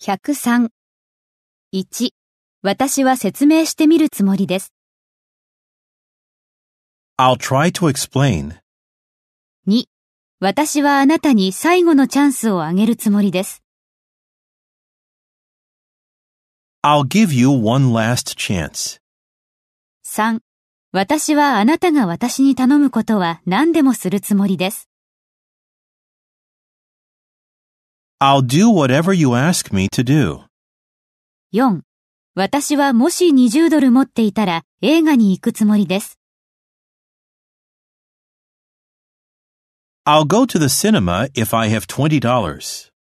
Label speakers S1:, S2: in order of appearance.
S1: 103。1、私は説明してみるつもりです。
S2: I'll try to explain.
S1: 2、私はあなたに最後のチャンスをあげるつもりです。
S2: I'll give you one last chance.
S1: 3、私はあなたが私に頼むことは何でもするつもりです。
S2: I'll do whatever you ask me to do.
S1: 4、私はもし20ドル持っていたら映画に行くつもりです。
S2: I'll go to the cinema if I have $20.